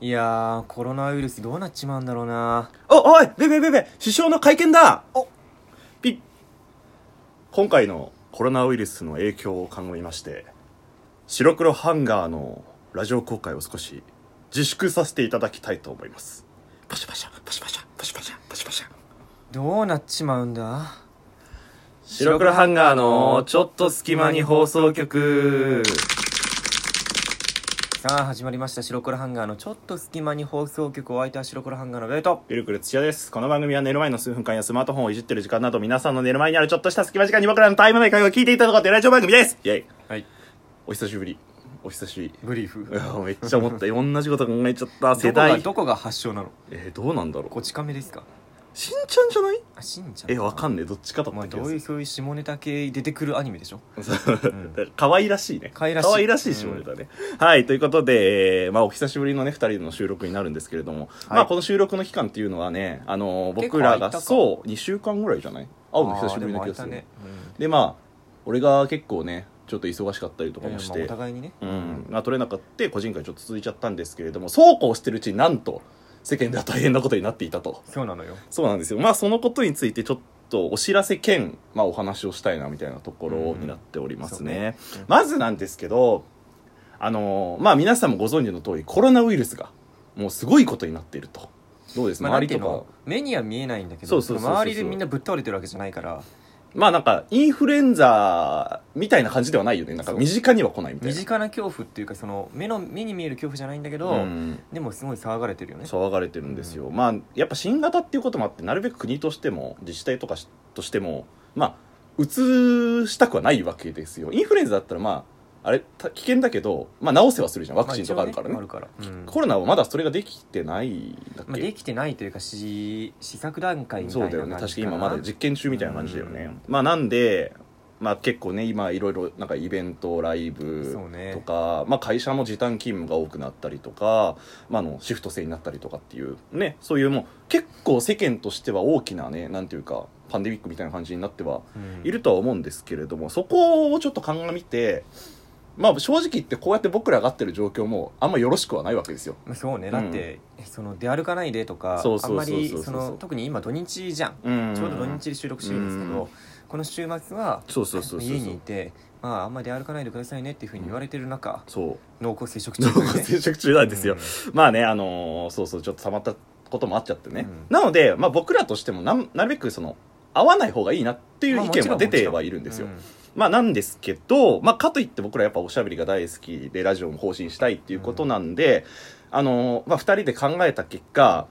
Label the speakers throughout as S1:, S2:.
S1: いやーコロナウイルスどうなっちまうんだろうな
S2: お、おいべべべべ首相の会見だ
S1: お
S2: ピッ今回のコロナウイルスの影響を鑑みまして、白黒ハンガーのラジオ公開を少し自粛させていただきたいと思います。パシャパシャ、パシャパシャ、パシャパシャ、パシャパシャ。
S1: どうなっちまうんだ
S2: 白黒ハンガーのちょっと隙間に放送局。
S1: さあ始まりました白黒ハンガーのちょっと隙間に放送局お相手は白黒ハンガーのベイト
S2: ゆるくる土屋です。この番組は寝る前の数分間やスマートフォンをいじってる時間など皆さんの寝る前にあるちょっとした隙間時間に僕らのタイムの会話を聞いていただこうというラジオ番組ですイェイ
S1: はい
S2: お久しぶり。お久しぶり。
S1: ブリー
S2: う
S1: フ
S2: わめっちゃ思った。同じこと考えちゃった。世
S1: 世代
S2: 代。
S1: どこが発祥なの
S2: えー、どうなんだろう
S1: こ。ち亀ですか
S2: しんちゃんじゃない
S1: あしんちゃん
S2: え、わか
S1: ん
S2: んねえ。どっちかと思
S1: まあ
S2: ったけ
S1: どういうそういう下ネタ系出てくるアニメでしょ
S2: ど。かわいらしいね。
S1: 可愛らしい
S2: 可愛らしい下ネタね。はい。ということで、えーまあ、お久しぶりのね、二人の収録になるんですけれども、まあ、この収録の期間っていうのはね、あのー
S1: 結構
S2: 僕ら
S1: 空いた
S2: が、
S1: か
S2: そう、2週間ぐらいじゃない会うの久しぶりな気がす
S1: あー
S2: る。
S1: でも開い
S2: でまあ俺が結構ねちょっと忙しかったりと
S1: た
S2: か
S1: ねうんいやいや
S2: もし
S1: まあ
S2: て
S1: お互いにね
S2: うんまあ、取れなかった個人会ちょっと続いちゃったんですけれどもそうこうしてるうちになんと世間では大変なことになっていたと
S1: そうなのよ
S2: そうなんですよまあそのことについてちょっとお知らせ兼、まあ、お話をしたいなみたいなところになっておりますね,、
S1: うんうんそうねうん
S2: まずなんですけどあのーまあ皆さんもご存知の通りコロナウイルスがもうすごいことになっているとどうです
S1: まあ、
S2: 周
S1: なん
S2: り
S1: てい
S2: と
S1: うの
S2: か
S1: 目には見えないんだけど
S2: そうそうそうそう
S1: 周りでみんなぶっ倒れてるわけじゃないから
S2: まあなんかインフルエンザみたいな感じではないよねなんか身近には来ないみたい
S1: 身
S2: な
S1: 近な恐怖っていうかその目の目に見える恐怖じゃないんだけど、
S2: うん
S1: でもすごい騒がれてるよね
S2: 騒がれてるんですよ、まあやっぱ新型っていうこともあってなるべく国としても自治体とかしとしてもまあうつしたくはないわけですよインフルエンザだったらまああれた危険だけど、まあ、治せはするじゃんワクチンとかあるからね,、
S1: まあ一応あるから、うん
S2: コロナはまだそれができてないんだっけ、
S1: まあ、できてないというかし試作段階みたい
S2: そ
S1: な
S2: うだよね
S1: 感
S2: 確か
S1: じ
S2: 今まだ実験中みたいな感じだよね、まあなんでまあ結構ね今いろいろなんかイベントライブ
S1: そうね
S2: とか、まあ会社も時短勤務が多くなったりとか、まあ、あのシフト制になったりとかっていうねそういうもう結構世間としては大きなねなんていうかパンデミックみたいな感じになっては
S1: うん
S2: いるとは思うんですけれどもそこをちょっと鑑みてまあ正直言ってこうやって僕らがってる状況もあんまよろしくはないわけですよ
S1: まあそうねだって、その出歩かないでとか
S2: そうそうそうそう
S1: あんまりそ
S2: そうそうそ
S1: の
S2: う
S1: 特に今土日じゃん、
S2: うん
S1: ちょうど土日で収録してるんですけど、
S2: うん
S1: この週末は
S2: そうそうそうそう
S1: 家にいて、まあ、あんまり出歩かないでくださいねっていうふうに言われてる中、
S2: そう
S1: 濃厚接触中
S2: 濃
S1: だよね
S2: 厚接触中なんですよ、
S1: う
S2: まあねあのーそうそうちょっとたまったこともあっちゃってね、
S1: うん
S2: なので、まあ、僕らとしてもなんなるべくその合わない方がいいなっていう
S1: まあ
S2: 意
S1: もちろん
S2: 見は出てはいるんですよ、
S1: う
S2: まあなんですけど、まあかといって僕らやっぱおしゃべりが大好きでラジオも更新したいっていうことなんで、あの、まあ二人で考えた結果、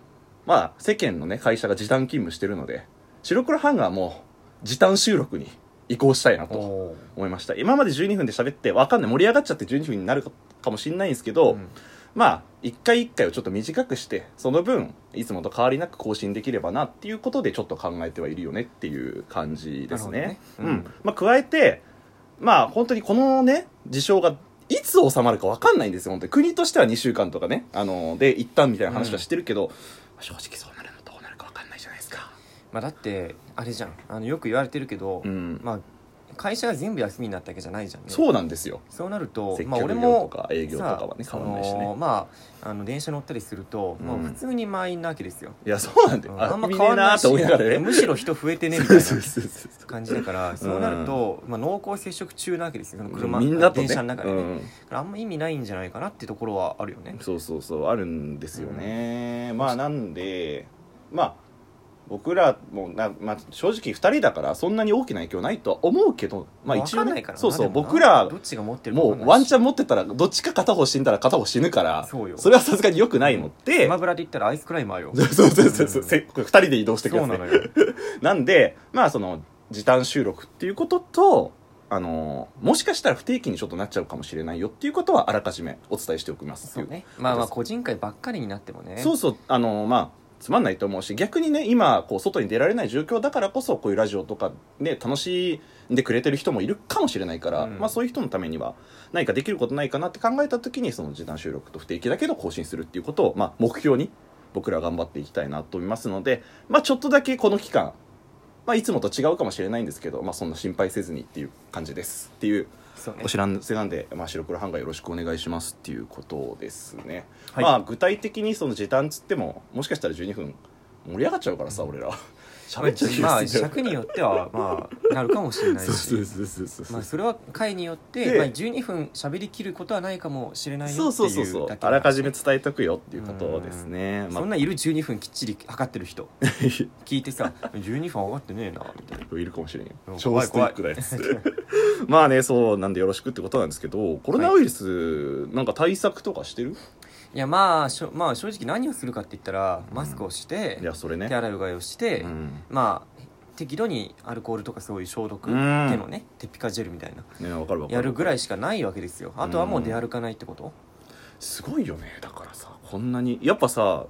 S2: まあ世間のね会社が時短勤務してるので、白黒ハンガーも時短収録に移行したいなと
S1: おー
S2: 思いました。今まで12分で喋ってわかんない盛り上がっちゃって12分になるかかもしれないんですけど、
S1: うん
S2: まあ一回一回をちょっと短くして、その分いつもと変わりなく更新できればなっていうことでちょっと考えてはいるよねっていう感じですね。
S1: なるほ
S2: う
S1: どね
S2: ん、まあ、加えて、まあ、本当にこのね、事象が、いつ収まるか分かんないんですよ、本当に。国としては2週間とかね、あので、一旦みたいな話はしてるけど、正直そうなるのどうなるか分かんないじゃないですか。
S1: まあ、だってあれじゃんあのよく言われてるけど、
S2: うん。
S1: まあ、会社が全部休みになったわけじゃないじゃんね
S2: そうなんですよ。
S1: そうなると
S2: 接、
S1: まあ、
S2: 客
S1: 俺
S2: 業と
S1: も
S2: か営業とかはね、
S1: さ
S2: 変わんないし
S1: その
S2: ね。
S1: まああの電車乗ったりすると、まあ、
S2: うん
S1: 普通に満員なわけですよ、
S2: いや、そうなんだ
S1: う
S2: よ。
S1: んあんま
S2: 見
S1: 変
S2: ねえ
S1: わん
S2: な
S1: ない
S2: ーと思いながらね。
S1: むしろ人増えてねみた
S2: そう
S1: いな
S2: そうそうそう
S1: 感じだからそうなると、まあ、濃厚接触中なわけですよその車、
S2: みんなとね
S1: 電車の中でね、
S2: うん
S1: だからあんま意味ないんじゃないかなってところはあるよね
S2: そうそうそうあるんですよね、まあなんでまあ僕らもな、まあ、正直2人だからそんなに大きな影響ないとは思うけどまあ
S1: わ
S2: 一
S1: か
S2: 応、
S1: んな
S2: ね
S1: いから、な
S2: そうそ
S1: で
S2: う
S1: もな
S2: 僕ら
S1: どっちが持ってるかわ
S2: も
S1: かんないう
S2: ワンチャ
S1: ン
S2: ン持ってたらどっちか片方死んだら片方死ぬから
S1: そうよ
S2: れはさすがに良くないのって
S1: スマブラで言ったらアイスクライマーよ
S2: そうそうそうそう
S1: うん
S2: せ2人で移動してく
S1: そ
S2: だ
S1: う
S2: さ
S1: ないのよ
S2: なんで、まあその、時短収録っていうことと、あのもしかしたら不定期にちょっとなっちゃうかもしれないよっていうことはあらかじめお伝えしておきます
S1: そうねまあ まあ個人会ばっかりになってもね
S2: そうそうあのまあつまんないと思うし逆にね今こう外に出られない状況だからこそこういうラジオとかで楽しんでくれてる人もいるかもしれないから、
S1: うん
S2: まあ、そういう人のためには何かできることないかなって考えた時にその時短収録と不定期だけど更新するっていうことを、まあ、目標に僕ら頑張っていきたいなと思いますので、まあ、ちょっとだけこの期間、まあ、いつもと違うかもしれないんですけど、まあ、そんな心配せずにっていう感じですっていう
S1: そうね
S2: お知らせなんで、まあ、白黒ハンガーよろしくお願いしますっていうことですね、
S1: はい
S2: まあ具体的にその時短つってももしかしたら12分盛り上がっちゃうからさ俺ら喋っちゃう気
S1: ま
S2: が
S1: あ
S2: する
S1: 尺によってはまあなるかもしれないし
S2: そうそうそうそうそう
S1: まあ、それは回によって、
S2: で
S1: まあ、12分喋りきることはないかもしれないよ
S2: そう
S1: って
S2: そうそう
S1: い
S2: そうう
S1: だけ
S2: あらかじめ
S1: そ
S2: 伝えとくよっていうことですねまあ
S1: んないる12分きっちり測ってる 人聞いてさ12分上がってねえなみたいない
S2: るかもしれんよ
S1: うん
S2: 超ストイックなやつ まあねそうなんでよろしくってことなんですけどコロナウイルスなんか対策とかしてる、
S1: やまあしょ、まあ、正直何をするかって言ったらマスクをして
S2: い、、やそれね
S1: 手洗いうがいをして、
S2: うん
S1: まあ適度にアルコールとかそういう消毒、
S2: うん
S1: 手のねテピカジェルみたいな
S2: ねわかるわかる
S1: やるぐらいしかないわけですよあとはもう出歩かないってこと、
S2: すごいよねだからさこんなにやっぱさ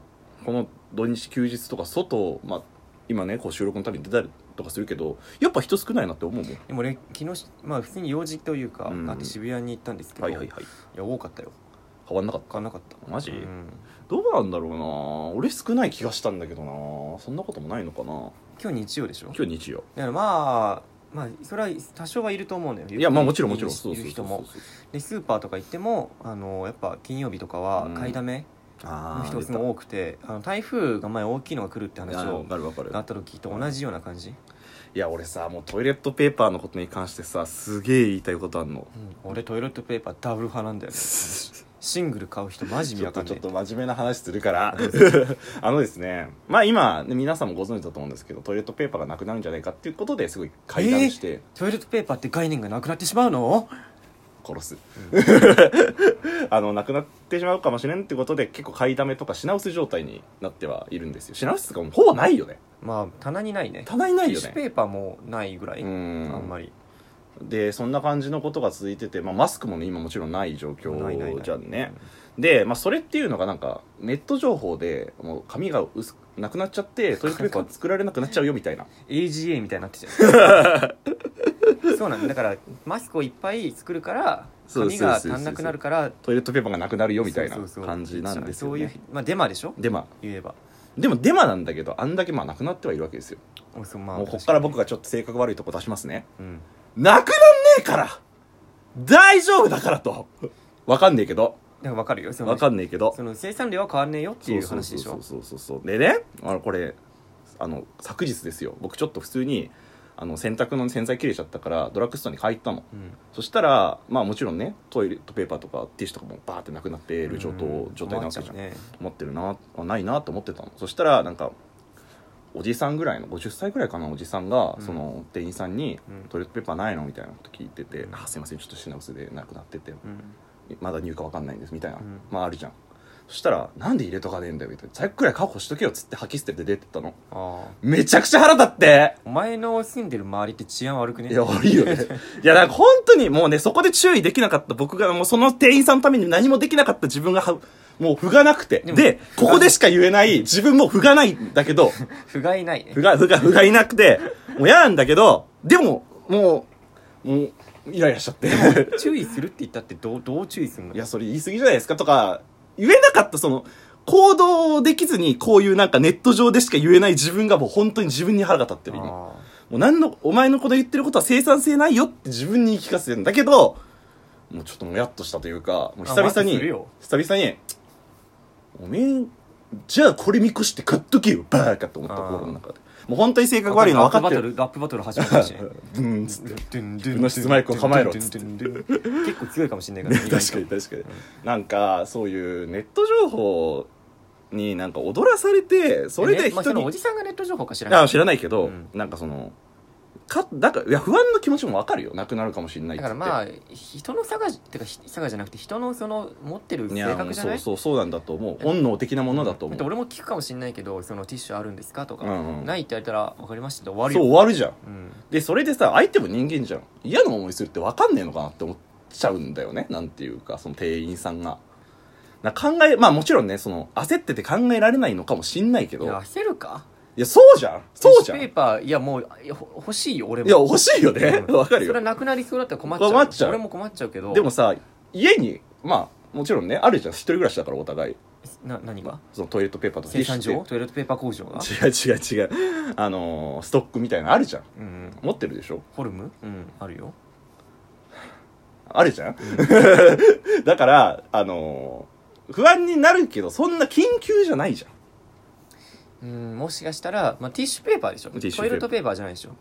S2: この土日休日とか外、まあ、今ねこう収録のために出たりとかするけどやっぱ人少ないなって思うもん
S1: でも俺昨日しまあ普通に用事というか、
S2: うん
S1: あって渋谷に行ったんですけど、
S2: はいはいはい
S1: いや多かったよ
S2: 変わんなかっ
S1: 分
S2: た
S1: かんなかった
S2: マジ
S1: うん
S2: どうなんだろうな俺少ない気がしたんだけどなそんなこともないのかな
S1: 今日日曜でしょ
S2: 今日日曜
S1: だからまあまあそれは多少はいると思うのよ
S2: いやまあもちろんもちろん
S1: いる
S2: そう
S1: い
S2: そう
S1: る人
S2: そうそう
S1: もでスーパーとか行ってもあのやっぱ金曜日とかは
S2: うん
S1: 買いだめの
S2: ああ
S1: 人が多くてあの台風が前大きいのが来るって話を
S2: 分かる分かる
S1: があった時と同じような感じ、
S2: いや俺さもうトイレットペーパーのことに関してさすげえ言いたいことあん の
S1: うん俺トイレットペーパーダブル派なんだよね
S2: ち
S1: シングル買う人マジ見
S2: ょ
S1: わ
S2: っ
S1: か
S2: と
S1: ん
S2: ち
S1: な
S2: ょっ
S1: い
S2: と真面目な話するから あのですねまあ今ね皆さんもご存知だと思うんですけどトイレットペーパーがなくなるんじゃないかっていうことですごい会談して
S1: トイレットペーパーって概念がなくなってしまうの
S2: 殺す、 あのなくなってしまうかもしれんってことで結構買いだめとか品薄状態になってはいるんですよ品薄とかもうほぼないよね
S1: まあ棚にないね
S2: 棚にないよ
S1: ティッシュ
S2: ね
S1: ペーパーもないぐらい、
S2: うん
S1: あんまり
S2: でそんな感じのことが続いてて、まあ、マスクもね今もちろんない状
S1: ないないな
S2: 況
S1: い
S2: じゃんねで、まあ、それっていうのがなんかネット情報でもう紙が薄くなくなっち ゃってトイレットペーパー作られなくなっちゃうよみたいな
S1: AGA みたいになってちゃ うそうなんだだからマスクをいっぱい作るから
S2: そう
S1: 紙
S2: そうそう
S1: が
S2: そう
S1: 足んなくなるから
S2: トイレットペーパーがなくなるよみたいな
S1: そうそうそう
S2: 感じなんですよ、
S1: そう
S2: ね、
S1: いう、まあ、デマでしょ
S2: デマ
S1: 言えば
S2: でもデマなんだけどあんだけまあなくなってはいるわけですよ
S1: おそうまあ
S2: もうこっから僕がちょっと性格悪いとこ出しますね
S1: うん
S2: なくなんねえから大丈夫だからとわかんねえけど
S1: だから分かるよその
S2: わかんねえけど
S1: その生産量は変わんねえよっていう話でし
S2: そ
S1: ょ
S2: うそうそうそうそうでねあのこれあの昨日ですよ僕ちょっと普通にあの洗濯の洗剤切れちゃったからドラッグストアに買いに行ったの
S1: うん
S2: そしたらまあもちろんねトイレットペーパーとかティッシュとかもバーってなくなっている状態,、
S1: うん
S2: 状態なわけじゃん、
S1: 困っちゃうね
S2: 思ってるなあないなと思ってたのそしたらなんかおじさんぐらいの50歳ぐらいかなおじさんが、
S1: うん
S2: その店員さんに、
S1: うん
S2: トイレットペーパーないの?」みたいなこと聞いてて「
S1: うん
S2: あすいませんちょっと品薄でなくなってて、
S1: うん
S2: まだ入荷わかんないんです」みたいな、
S1: うん
S2: まああるじゃんそしたら「なんで入れとかねえんだよ」みたいな「在庫くらい確保しとけよ」っつって吐き捨てて出てったの
S1: ああ
S2: めちゃくちゃ腹立って
S1: お前の住んでる周りって治安悪くね
S2: いや、悪い よね。いや、なんか本当にもうね、そこで注意できなかった僕が、もうその店員さんのために何もできなかった自分がは、もう不がなくて。
S1: でも
S2: で、ここでしか言えない、自分も不がないんだけど、
S1: 不甲斐ないね
S2: 不が、不が、不がいなくて、もう嫌なんだけど、でも、もう、もう、イライラしち ゃって。
S1: 注意するって言ったってどうどう注意するの
S2: いや、それ言い過ぎじゃないですかとか、言えなかった、その、行動できずに、こういうなんかネット上でしか言えない自分がもう本当に自分に腹が立ってる、今。
S1: ああ
S2: もう何の、お前のこと言ってることは生産性ないよって自分に言い聞かせてるんだけど、もうちょっともやっとしたというか、もう久
S1: あマ
S2: 々
S1: ジ
S2: に、
S1: するよ
S2: 久々に、おめえ、じゃあこれ見越して買っとけよ、バーカと思った
S1: あー
S2: 心の中で。もう本当に性格悪いのは分かってる。
S1: るラップバトルラップバトル始ま ったしね
S2: ブーンっつって。
S1: 自
S2: 分の室マイクを構えろっつって
S1: 結構強いかもしれないから
S2: 確かに確かに。なんか、そういうネット情報になんか踊らされて、それ
S1: ね
S2: で
S1: まあ
S2: 人
S1: その
S2: に
S1: お、じさんがネット情報か知らない
S2: あ知らないけど、
S1: うん
S2: なんかその、か、なんか、いや、不安の気持ちも分かるよ。なくなるかもしれないっ
S1: だか
S2: つっ
S1: ら
S2: て。
S1: まあ人の差がってかひ差がじゃなくて人のその持ってる
S2: い
S1: 性
S2: や
S1: 格じゃない
S2: そうそうそうなんだと思う本能的なものだと
S1: だっ
S2: 思う
S1: て俺も聞くかもしれないけどそのティッシュあるんですかとか、
S2: うんうん
S1: ないって言われたら分かりましたって終わる
S2: そう
S1: よ
S2: 終わるじゃん
S1: うん
S2: でそれでさ相手も人間じゃん嫌な思いするって分かんねえのかなって思っちゃうんだよねなんていうかその店員さんがなんか考えまあもちろんねその焦ってて考えられないのかもしんないけど
S1: い
S2: い
S1: や
S2: や
S1: 焦るか
S2: そうじゃんそうじゃん
S1: ティッシュペ
S2: い
S1: ーパーいやもういやほ欲しいよ俺も
S2: や欲しいよね
S1: うん
S2: 分かる
S1: それは
S2: よ
S1: なくなりそうだったら困っちゃう
S2: 困っちゃう
S1: 俺も困っちゃうけど
S2: でもさ家にまあもちろんねあるじゃん一人暮らしだからお互い
S1: な何が
S2: そのトイレットペーパーとティ
S1: 生
S2: ッシュ
S1: 産所
S2: っていう
S1: トイレットペーパー工場が、
S2: 違う違う違うあのーストックみたいなのあるじゃん
S1: うん、
S2: 持ってるでしょ
S1: ホルムうんあるよ
S2: あるじゃん、 だから、あのー不安になるけど、そんな緊急じゃないじゃん。
S1: うんもしかしたら、まあ、ティッシュペーパーでしょ
S2: ティッシュ
S1: ト
S2: ペーパー
S1: イレットペーパーじゃないでしょ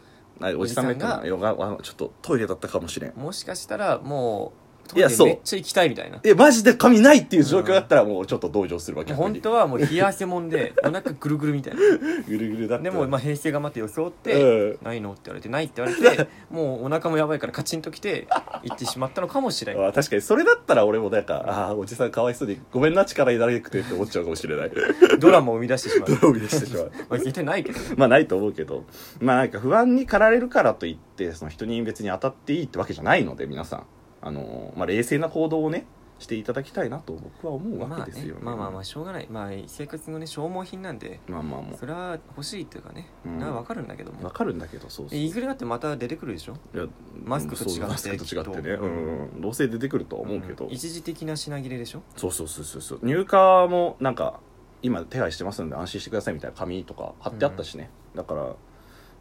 S2: あおじさんが言った
S1: お
S2: の
S1: じ
S2: よが、あちょっとトイレだったかもしれん。
S1: もしかしたらもうトイ
S2: い
S1: レ
S2: やそう
S1: めっちゃ行きたいみたいな
S2: え、マジで髪ないっていう状況だったら、もうちょっと同情するわけ。
S1: 本
S2: 逆
S1: 当はもう冷や汗もん でお腹ぐるぐるみたい
S2: にぐるぐるだっ
S1: な
S2: た。
S1: でもまあ平成頑張って装って、
S2: うん。
S1: ないのって言われてないって言われ てもうお腹もやばいからカチンときて行ってしまったのかもしれん
S2: あ確かに、それだったら俺もなんか、ああ、おじさんかわいそうで、ごめんな、力いらなくてって思っちゃうかもしれない。
S1: ドラマを生み出してしまう
S2: ドローン出してしまう。
S1: まあ聞いてないけどね
S2: まあないと思うけど、まあなんか不安に駆られるからといって、その人に別に当たっていいってわけじゃないので、皆さん。あのーまあ冷静な行動をね、していただきたいなと僕は思うわ
S1: まあ
S2: けで
S1: ね
S2: すよね。
S1: まあまあまあしょうがないまあ生活のね消耗品なんで
S2: まあまあま
S1: それは欲しいっていうかね、
S2: うん
S1: なわかるんだけど
S2: あ。わ
S1: も
S2: かるんだけど、そうそう。
S1: いずれだってまた出てくるでしょ
S2: いや
S1: マスクと違って
S2: そうマスクと違ってね、
S1: きっと
S2: うんうん、どうせ出てくるとは思うけど、
S1: ん一時的な品切れでしょ
S2: そうそうそうそうそう入荷もなんか今手配してますんで安心してくださいみたいな紙とか貼ってあったしね、だから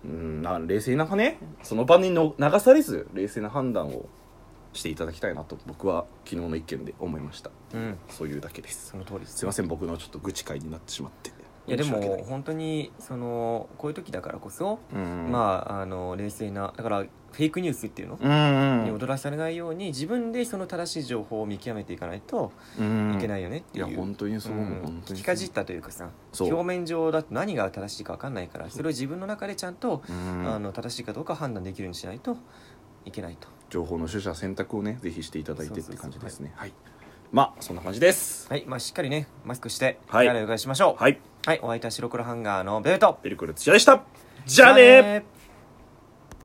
S2: うんな冷静なねその場にの流されず冷静な判断をしていただきたいなと僕は昨日の一件で思いました
S1: うん
S2: そういうだけです
S1: その通りです
S2: いません僕のちょっと愚痴会になってしまって
S1: いやで
S2: 申し訳な
S1: も
S2: い
S1: 本当にそのこういう時だからこそ、
S2: うんあ
S1: まああの冷静なだからフェイクニュースっていうの、
S2: うん
S1: に
S2: うん
S1: 踊らされないように自分でその正しい情報を見極めていかないと
S2: うん
S1: いけないよねってい
S2: いや
S1: う、
S2: 本当にそう、
S1: うん
S2: 本当
S1: 聞
S2: に
S1: きかじったというかさ
S2: そう
S1: 表面上だと何が正しいか分かんないからそれを自分の中でちゃんと、
S2: うん
S1: あの正しいかどうか判断できるようにしないといけないと
S2: 情報の取捨選択をねぜひしていただいてって感じですね
S1: そ
S2: はいまあそんな感じです
S1: はいまあしっかりねマスクして
S2: は
S1: はいいお伺いしましょう
S2: はい
S1: はい、お相手は白黒ハンガーのベルト
S2: ペリクル土屋でしたじゃあね
S1: ー